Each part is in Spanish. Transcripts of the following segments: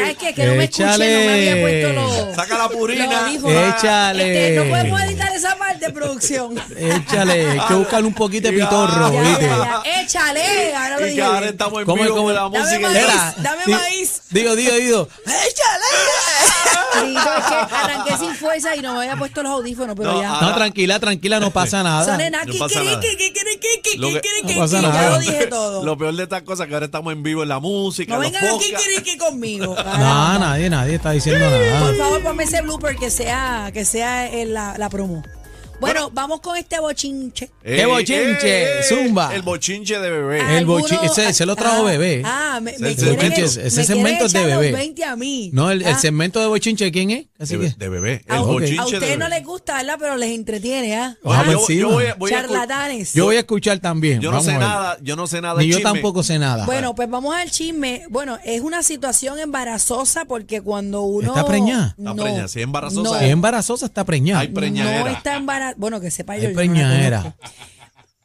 me escuché, no me había puesto los... Saca la purina. Lo dijo. Échale. Este, no podemos editar esa parte, producción. Eh, Échale, hay que buscarle un poquito de Ya, pitorro, Ah, Ya, ¿viste? ya, ya. Échale. Ahora lo Y que ahora dije. estamos en ¿Cómo, vivo cómo? con la Dame música. maíz. Era- dame di- maíz. Digo, digo, digo. Grito, es que arranqué sin fuerza y no me había puesto los audífonos, pero No, ya. No, tranquila, tranquila, no pasa nada. Ah, Son enas, no ki, pasa kiri, nada. ki, ki, kiri, ki, ki, Lo que- kiri, no ki, pasa ki, nada. Ya lo dije todo. Lo peor de estas cosas es que ahora estamos en vivo en la música, No en los vengan aquí, podcasts. kiri, ki, conmigo. No, caramba. nadie, nadie está diciendo Por nada. favor, ponme ese blooper que sea, que sea en la, la promo. Bueno, vamos con este bochinche. Ey, ¡Qué bochinche! ey, Zumba. El bochinche de bebé. Ah. el bochi- Algunos- ese- ese lo trajo ah, Bebé. Ah, me, me Ese- quiere- bochinche, ese me quiere segmento es de echar los Bebé. 20 a mí. No, el, el Ah, segmento de bochinche, ¿quién es? Así De, que. de bebé. El a, bochinche Ah, a de ustedes bebé. no les gusta, ¿verdad? Pero les entretiene, ¿ah? Ojalá Ah, me yo, yo voy, a- voy a escu- Charlatanes. Yo voy a escuchar también. yo no vamos sé a ver. nada, yo no sé nada. Ni de yo chisme. tampoco sé nada. Bueno, pues vamos al chisme. Bueno, es una situación embarazosa porque cuando uno. ¿Está preñada? Está No. preñada, si es embarazosa, No, Si es embarazosa, está preñada. Ay, no preñadera. está embarazada. Bueno, que sepa yo. yo Es no la preñadera.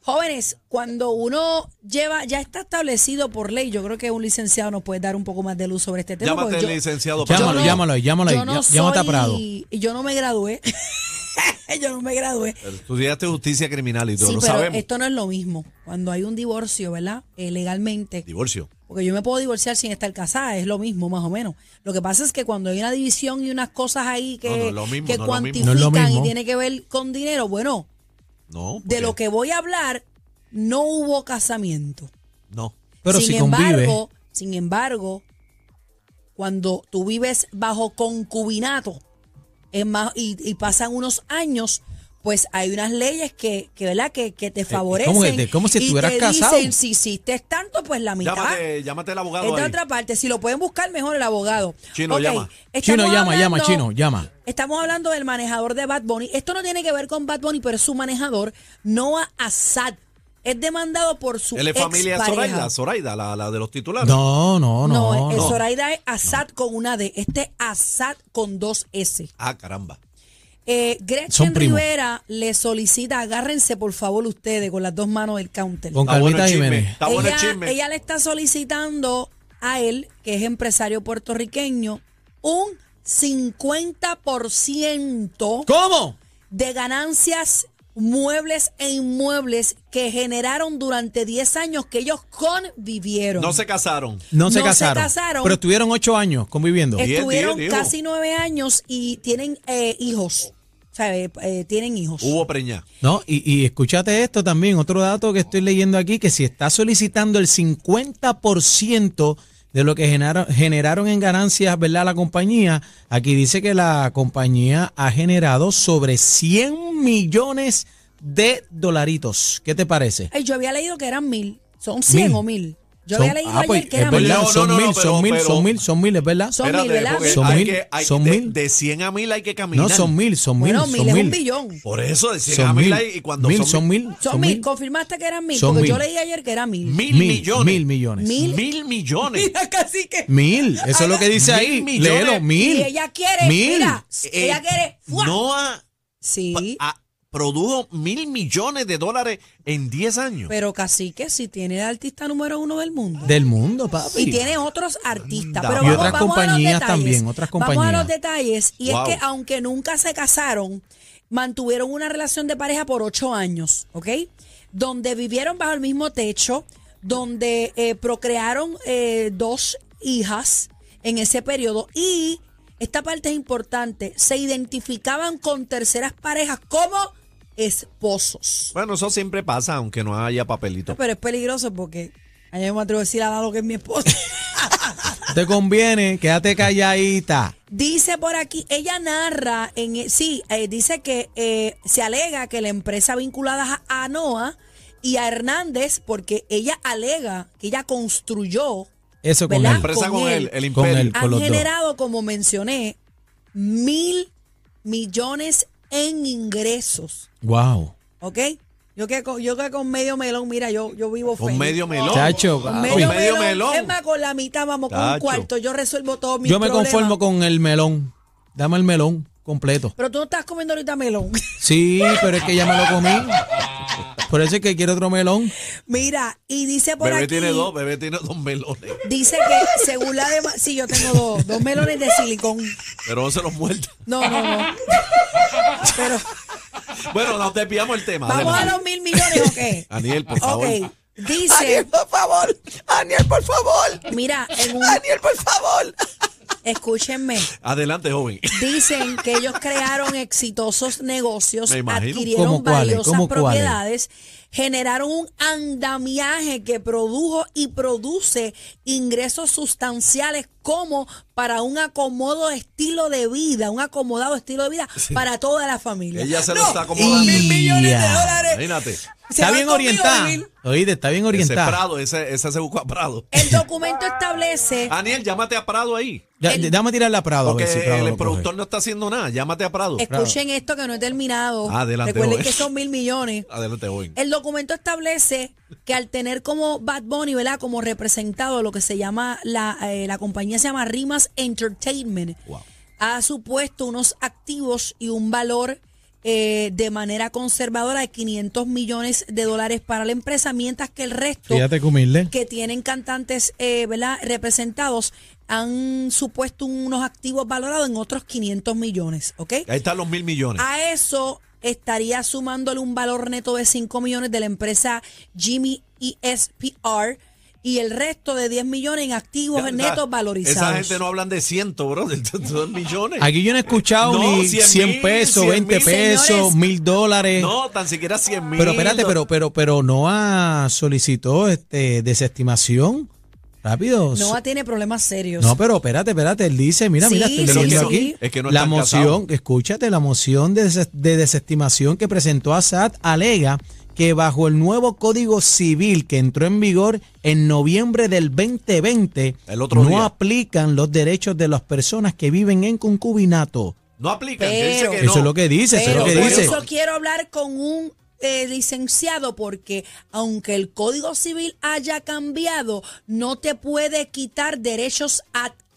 Jóvenes, cuando uno lleva, ya está establecido por ley, yo creo que un licenciado nos puede dar un poco más de luz sobre este tema. Llámate porque el yo- licenciado. Pues yo Llámalo, no- llámalo ahí, llámalo ahí, yo no llá- llámate a soy- Prado. Y yo no me gradué. yo no me gradué. Estudiaste justicia criminal y todo, Sí, lo pero sabemos. esto no es lo mismo. Cuando hay un divorcio, ¿verdad? Eh, legalmente. Divorcio. Porque yo me puedo divorciar sin estar casada, es lo mismo más o menos. Lo que pasa es que cuando hay una división y unas cosas ahí que, No, no es lo mismo, no que es lo mismo. cuantifican No es lo y mismo. tiene que ver con dinero, bueno, No. de porque- lo que voy a hablar, no hubo casamiento. No. Pero sin si convive. embargo, sin embargo, cuando tú vives bajo concubinato es más, y, y pasan unos años, pues hay unas leyes que, que ¿verdad? Que, que Eh, te favorecen. que te- como si y estuvieras te casado. Dicen, si hiciste tanto, pues la mitad. Llámate, llámate al abogado. Esta ahí. otra parte, si lo pueden buscar mejor el abogado. Chino, Ok, llama. estamos Chino, llama, llama, hablando- chino, llama. Estamos hablando del manejador de Bad Bunny. Esto no tiene que ver con Bad Bunny, pero es su manejador, Noah Assad. Es demandado por su Él es familia expareja. Zoraida, Zoraida, la, la de los titulares. No, Oh, no, No, no. el no. Zoraida es Assad con una D. Este es Assad con dos S. Ah, caramba. Eh, Son Gretchen primos. Rivera le solicita, agárrense por favor ustedes con las dos manos del counter. Con Está bueno Carmita el chisme, Jiménez. Está bueno el ella, chisme. ella le está solicitando a él, que es empresario puertorriqueño, un 50% ¿Cómo? de ganancias muebles e inmuebles que generaron durante 10 años que ellos convivieron. No se casaron. No se, No se casaron, casaron. Pero estuvieron ocho años conviviendo. diez, Estuvieron diez, diez. casi nueve años y tienen eh, hijos. O sea, eh, eh, tienen hijos. Hubo preña. No, y, y escúchate esto también, otro dato que estoy leyendo aquí, que si está solicitando el 50% de lo que generaron, generaron en ganancias, ¿verdad? La compañía, aquí dice que la compañía ha generado sobre 100 millones de dolaritos. ¿Qué te parece? Ay, yo había leído que eran mil. Son 100 Mil. o mil. Yo Son- había leído ah, ayer pues, que es eran verdad, mil. No, no, son no, mil, no, son pero- mil, son pero- mil, son mil, es verdad. Son mil, ¿verdad? porque Son hay mil, que- hay- son de, mil. De 100 a 1000 hay que caminar. No, son mil, son mil. Bueno, son mil es un billón. Por eso, de 100 a Son 1000 mil, hay. Y cuando mil, son mil, Son mil. Confirmaste que eran mil. Son porque yo mil. leí ayer que eran mil. Mil, mil millones. Mil millones. Mil. Mil millones. Mira, casi que. Mil, eso es lo que dice Mil ahí. millones. Léelo, mil. Y ella quiere. Mil. Mira, Eh, ella quiere. ¡fua! Noah pa- sí. a- produjo mil millones de dólares en 10 años. Pero casi que sí tiene el artista número uno del mundo. Del mundo, papi. Y tiene otros artistas. Anda. Pero Y vamos, otras vamos a los compañías detalles. también, otras Vamos a los compañías. detalles. Y Wow. es que aunque nunca se casaron, mantuvieron una relación de pareja por ocho años, ¿ok? Donde vivieron bajo el mismo techo, donde eh, procrearon eh, dos hijas en ese periodo. Y esta parte es importante, se identificaban con terceras parejas como esposos. Bueno, eso siempre pasa, aunque no haya papelito. Pero es peligroso porque... Allá me atrevo a decir a lo que es mi esposa. Te conviene, quédate calladita. Dice por aquí, ella narra, en sí, eh, dice que eh, se alega que la empresa vinculada a, a Noah y a Hernández, porque ella alega que ella construyó, Eso con ¿Verdad? él. Empresa con, con él, él. el Con imperio. él. Con han los dos. generado, como mencioné, mil millones en ingresos, Wow. ¿ok? Yo que con, yo que con medio melón, mira, yo, yo vivo Con feliz. medio melón. Chacho, Con papi. medio, Con medio melón. melón. Es más, con la mitad, vamos, con un Tacho. cuarto, yo resuelvo todo mi Yo me conformo con el melón. Dame el melón completo. Pero tú no estás comiendo ahorita melón. Sí, pero es que ya me lo comí. Por eso es que quiere otro melón. Mira, y dice por Bebé aquí. tiene dos, bebé tiene dos melones. Dice que según la demanda. Sí, yo tengo dos, dos melones de silicón. Pero no se los muerde. No, no, no. Pero, Bueno, nos desviamos el tema. ¿vamos a Adelante. los mil millones o qué? Daniel, por favor. Ok, dice. por favor. Daniel, por favor. Mira, en un- Daniel, por favor. escúchenme. Adelante, joven. Dicen que ellos crearon exitosos negocios, Me imagino. adquirieron ¿Cómo cuáles? valiosas ¿Cómo cuáles? propiedades, generaron un andamiaje que produjo y produce ingresos sustanciales como para un acomodo estilo de vida, un acomodado estilo de vida para toda la familia. Ella se lo No, está acomodando. mil millones de Ya. dólares. Imagínate. Se está van bien conmigo a orientada. vivir. Oíste, está bien Ese orientada. Prado, ese, ese se buscó a Prado. El documento establece Daniel, llámate a Prado ahí. Ya, Dame tirarla a Prado. a Porque ver si Prado el lo coge. productor no está haciendo nada. Llámate a Prado. Escuchen esto que no he terminado. Adelante, Recuerden Joel. que son mil millones. Adelante, joven. El documento establece que al tener como Bad Bunny, ¿verdad? Como representado lo que se llama, la, eh, la compañía se llama Rimas Entertainment, Wow. ha supuesto unos activos y un valor eh, de manera conservadora de 500 millones de dólares para la empresa, mientras que el resto Fíjate que humilde. que tienen cantantes eh, ¿verdad? representados han supuesto unos activos valorados en otros 500 millones, ¿ok? Ahí están los mil millones. A eso estaría sumándole un valor neto de 5 millones de la empresa Jimmy E ESPR y el resto de 10 millones en activos Ya, netos esa- valorizados. Esa gente no hablan de ciento, bro. De dos millones. Aquí yo no he escuchado No, ni 100 100, mil, pesos, 100 20 mil. pesos, Señores. mil dólares. No, tan siquiera cien mil. Pero espérate, no- pero, pero, pero Noah solicitó este desestimación. Rápido. Noah tiene problemas serios. No, pero espérate, espérate. Él dice, mira, Sí, mira, estoy sí, leyendo sí. aquí. Es que no la están moción, casados. escúchate, la moción de, des- de desestimación que presentó Assad alega que bajo el nuevo Código Civil que entró en vigor en noviembre del 2020, El otro no día. aplican los derechos de las personas que viven en concubinato. No aplican. que Pero- dice que Eso no. es lo que dice, eso es lo Pero que por dice. eso quiero hablar con un eh, licenciado porque aunque el Código Civil haya cambiado, no te puede quitar derechos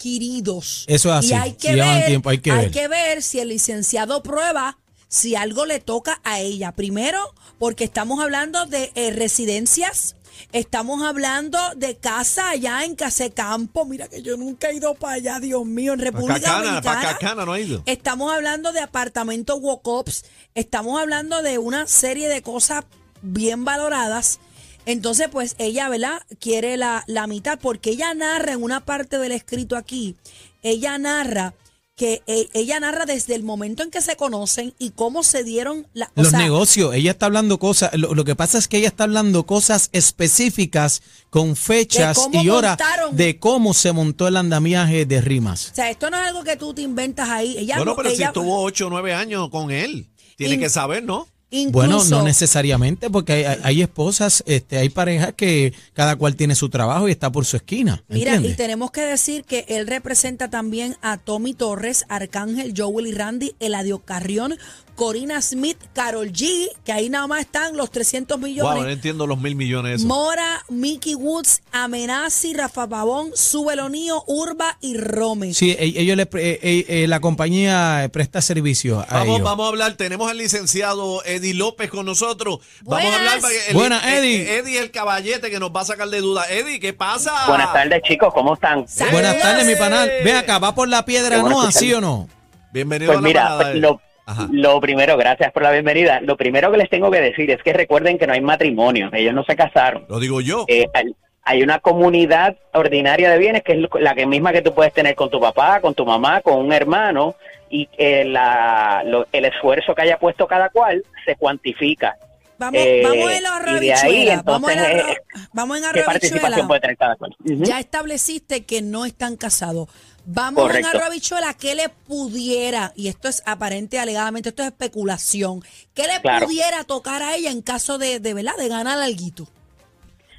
adquiridos. Eso es así. Y hay que, Llevan ver, tiempo, hay que ver. ver si el licenciado prueba si algo le toca a ella. Primero, porque estamos hablando de eh, residencias. Estamos hablando de casa allá en Casecampo. Mira que yo nunca he ido para allá, Dios mío, en República Pacacana, Dominicana. Pacacana no ha ido. Estamos hablando de apartamentos walk-ups, estamos hablando de una serie de cosas bien valoradas. Entonces, pues ella, ¿verdad? Quiere la, la mitad, porque ella narra en una parte del escrito aquí, ella narra que eh, ella narra desde el momento en que se conocen y cómo se dieron la, o Los sea, negocios, ella está hablando cosas, lo, lo que pasa es que ella está hablando cosas específicas con fechas cómo y horas montaron. de cómo se montó el andamiaje de rimas. O sea, esto no es algo que tú te inventas ahí. Ella, Bueno, pero si ella- estuvo ocho o nueve años con él, tiene In- que saber, ¿no? Bueno, incluso- no necesariamente, porque hay, hay- hay esposas, este, hay parejas que cada cual tiene su trabajo y está por su esquina. Mira, y ¿entiendes? tenemos que decir que él representa también a Tommy Torres, Arcángel, Joel y Randy, Eladio Carrión, Corina Smith, Carol G, que ahí nada más están los 300 Wow, no millones. entiendo los mil millones eso. Mora, Mickey Woods, Amenazi, Rafa Pavón, Subelonío, Urba y Rome. Sí, e- ellos les pre- eh, eh, eh, la compañía presta servicio a Vamos, ellos. vamos a hablar. Tenemos al licenciado Eddie López con nosotros. Vamos a Buenas. hablar. porque el- Buenas, eh, Eddie. eh, Eddie es el caballete que nos va a sacar de duda. Eddie, ¿qué pasa? Buenas tardes, chicos, ¿cómo están? Sa- Buenas ¡Eh! tardes, mi panal. Ve acá, va por la piedra, Qué ¿no? bueno ¿Así escucharlo. o no? Bienvenido Pues a la mira, manada, pues Eddie. lo, Ajá. lo primero, gracias por la bienvenida. Lo primero que les tengo que decir es que recuerden que no hay matrimonio, ellos no se casaron. Lo digo yo. Eh, hay- hay una comunidad ordinaria de bienes que es la que misma que tú puedes tener con tu papá, con tu mamá, con un hermano y eh, la- lo- el esfuerzo que haya puesto cada cual se cuantifica. Vamos, eh, vamos en la y de ahí, arrabichuela. Vamos en la entonces, eh, arra- vamos en ¿Qué arrabichuela. participación puede tener cada cual? Ujú. Ya estableciste que no están casados. Vamos a Correcto. una Bichuela, ¿qué le pudiera, y esto es aparente alegadamente, esto es especulación, ¿qué le Claro. pudiera tocar a ella en caso de, de, ¿verdad? de ganar alguito?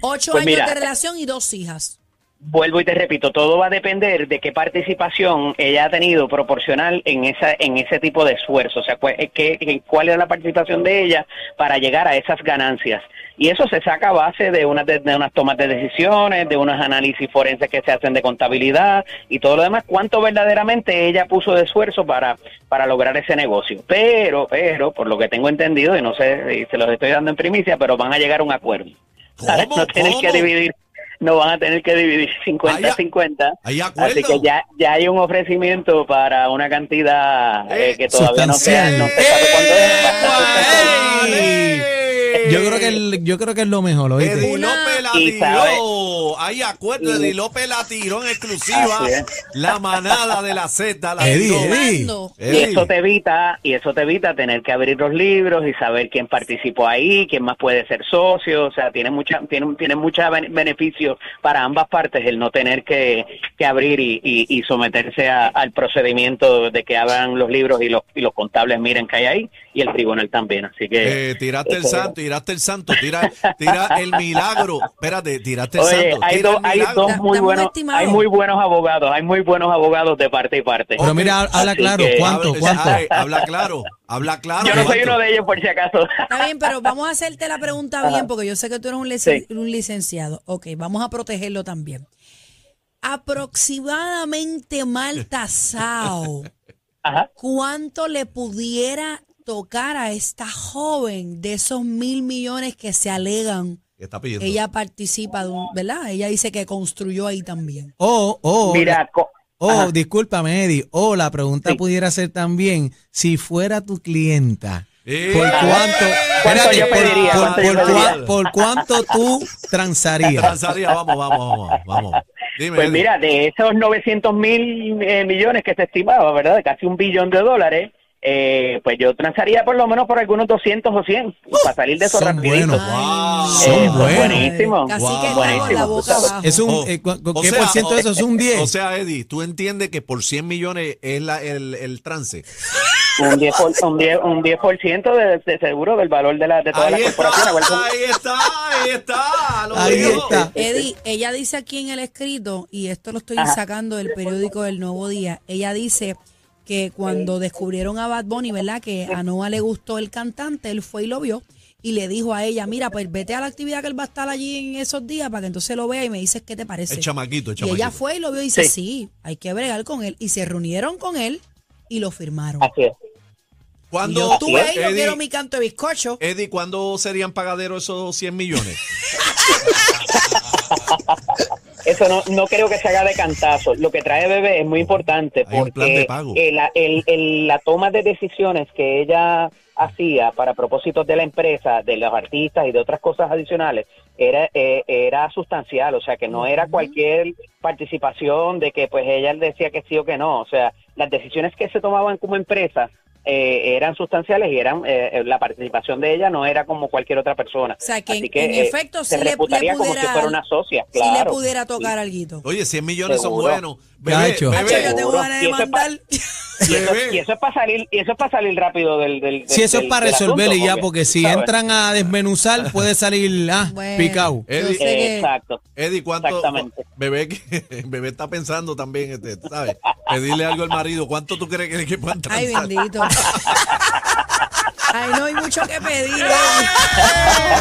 Ocho Pues años mira, de relación y dos hijas. Vuelvo y te repito, todo va a depender de qué participación ella ha tenido proporcional en esa en ese tipo de esfuerzo, o sea, cu- eh, qué- eh, cuál es la participación de ella para llegar a esas ganancias. Y eso se saca a base de unas de, de unas tomas de decisiones, de unos análisis forenses que se hacen de contabilidad y todo lo demás, cuánto verdaderamente ella puso de esfuerzo para para lograr ese negocio. Pero, pero por lo que tengo entendido y no sé si se los estoy dando en primicia, pero van a llegar a un acuerdo. Para ¿Cómo? no tener que ¿Cómo? dividir no van a tener que dividir 50-50. Hay acuerdo. Así que ya, ya hay un ofrecimiento para una cantidad eh, Eh, que todavía no se, sustancial. no se sabe cuándo es. ¡Ey! Yo creo que el- yo creo que es lo mejor, ¿oíste? Eddie López la ¡Eh, Y sabe- tiró. Hay acuerdo. Eddie López la tiró en exclusiva. Así es. La manada de la Z. La Eddie, tiró. Eddie. Mando. Y eso te evita, y eso te evita tener que abrir los libros y saber quién participó ahí, quién más puede ser socio, o sea, tiene mucha, tiene, tiene muchos beneficios para ambas partes el no tener que, que abrir y, y- y someterse a- al procedimiento de que abran los libros y los, y los contables miren que hay ahí, y el tribunal también, así que... Eh, tiraste el eso- santo, tiraste el santo, tira, tira el milagro. Espérate, este tiraste el Oye, santo. hay, tira dos, el hay milagro. dos muy Dame un buenos, estimado. hay muy buenos abogados, hay muy buenos abogados de parte y parte. Pero mira, habla Así claro, que- ¿cuánto? Habla- ¿Cuánto? sabe, Habla claro, habla claro. Yo no soy ¿cuánto? uno de ellos por si acaso. Está bien, pero vamos a hacerte la pregunta bien, porque yo sé que tú eres un, lici- un licenciado. Ok, vamos a protegerlo también. Aproximadamente mal tasado, Ajá. ¿cuánto le pudiera tocar a esta joven de esos mil millones que se alegan? ¿Qué está pidiendo? Ella participa de un, ¿verdad? Ella dice que construyó ahí también. O, o, Mira, co- o, ajá. discúlpame, Eddie. O la pregunta Sí. pudiera ser también, si fuera tu clienta, Eh. ¿por cuánto? ¿Cuánto espérate, yo por- pediría? por- ¿Cuánto yo por cua- pediría? por cuánto tú transarías? Transaría, vamos, vamos, vamos, vamos. Dime. Pues Eddie. mira, de esos 900 mil eh, millones que se estimaba, ¿verdad? De casi un billón de dólares, eh, pues yo transaría por lo menos por algunos 200 o 100 para salir de eso Son rapidito. buenos. Wow. Ay, Son eh, buenos. Buenísimo. Así Wow. que hago la Buenísimo. boca abajo. Es un, Oh. eh, cu- O ¿Qué sea, por ciento de eso? Es un 10. O sea, Eddie, tú entiendes que por 100 millones es la, el, el trance. Un 10%, por- un 10, un 10% de, de seguro del valor de, la, de toda la Ahí está, corporación. ahí está, ahí está. lo Ahí dijo. está. Eddie, ella dice aquí en el escrito, y esto lo estoy Este Ajá. sacando del periódico del Nuevo Día, ella dice que cuando descubrieron a Bad Bunny, ¿verdad? Que a Noah le gustó el cantante, él fue y lo vio y le dijo a ella, mira, pues vete a la actividad que él va a estar allí en esos días para que entonces lo vea y me dices qué te parece. El chamaquito, el y ella chamaquito. fue y lo vio y dice, sí. Sí. hay que bregar con él. Y se reunieron con él y lo firmaron. Así es. Y ¿Cuándo, yo estuve ahí, yo Eddie, quiero mi canto de bizcocho. Eddie, ¿cuándo serían pagaderos esos 100 millones? Eso no, no creo que se haga de cantazo. Lo que trae bebé es muy importante Hay un plan de porque pago. eh, la, el- el- la toma de decisiones que ella hacía para propósitos de la empresa, de los artistas y de otras cosas adicionales era eh, era sustancial, o sea que no era cualquier participación de que pues ella decía que sí o que no, o sea las decisiones que se tomaban como empresa eh, eran sustanciales y eran eh, la participación de ella no era como cualquier otra persona. O sea, que Así en- en eh, efecto se sí le- le reputaría como pudiera- si fuera una socia, claro. Si le pudiera tocar alguito. Oye, 100 millones Seguro. son buenos. Bebé, Chacho. Hacho, yo bebé, tengo ganas de Y eso es pa- mandar. Y eso, bebé. y eso es para salir, y eso es para salir rápido del, del, del- Si eso es del- para del resolver asunto, y ya, porque, porque si ¿sabes? entran a desmenuzar, puede salir ah, Bueno, picado. yo Eddie. sé que- Exacto. Eddie, ¿cuánto? Exactamente. Bebé, que- bebé está pensando también, este, tú ¿sabes? Pedirle algo al marido. ¿Cuánto tú crees que, que puedan Ay, transar? bendito. Ay, no hay mucho que pedir.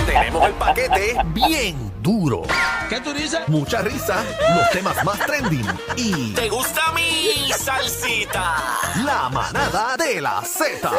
Tenemos el paquete bien duro. ¿Qué tú dices? Mucha risa, los temas más trending y ¿Te gusta mi salsita? la manada de la Z.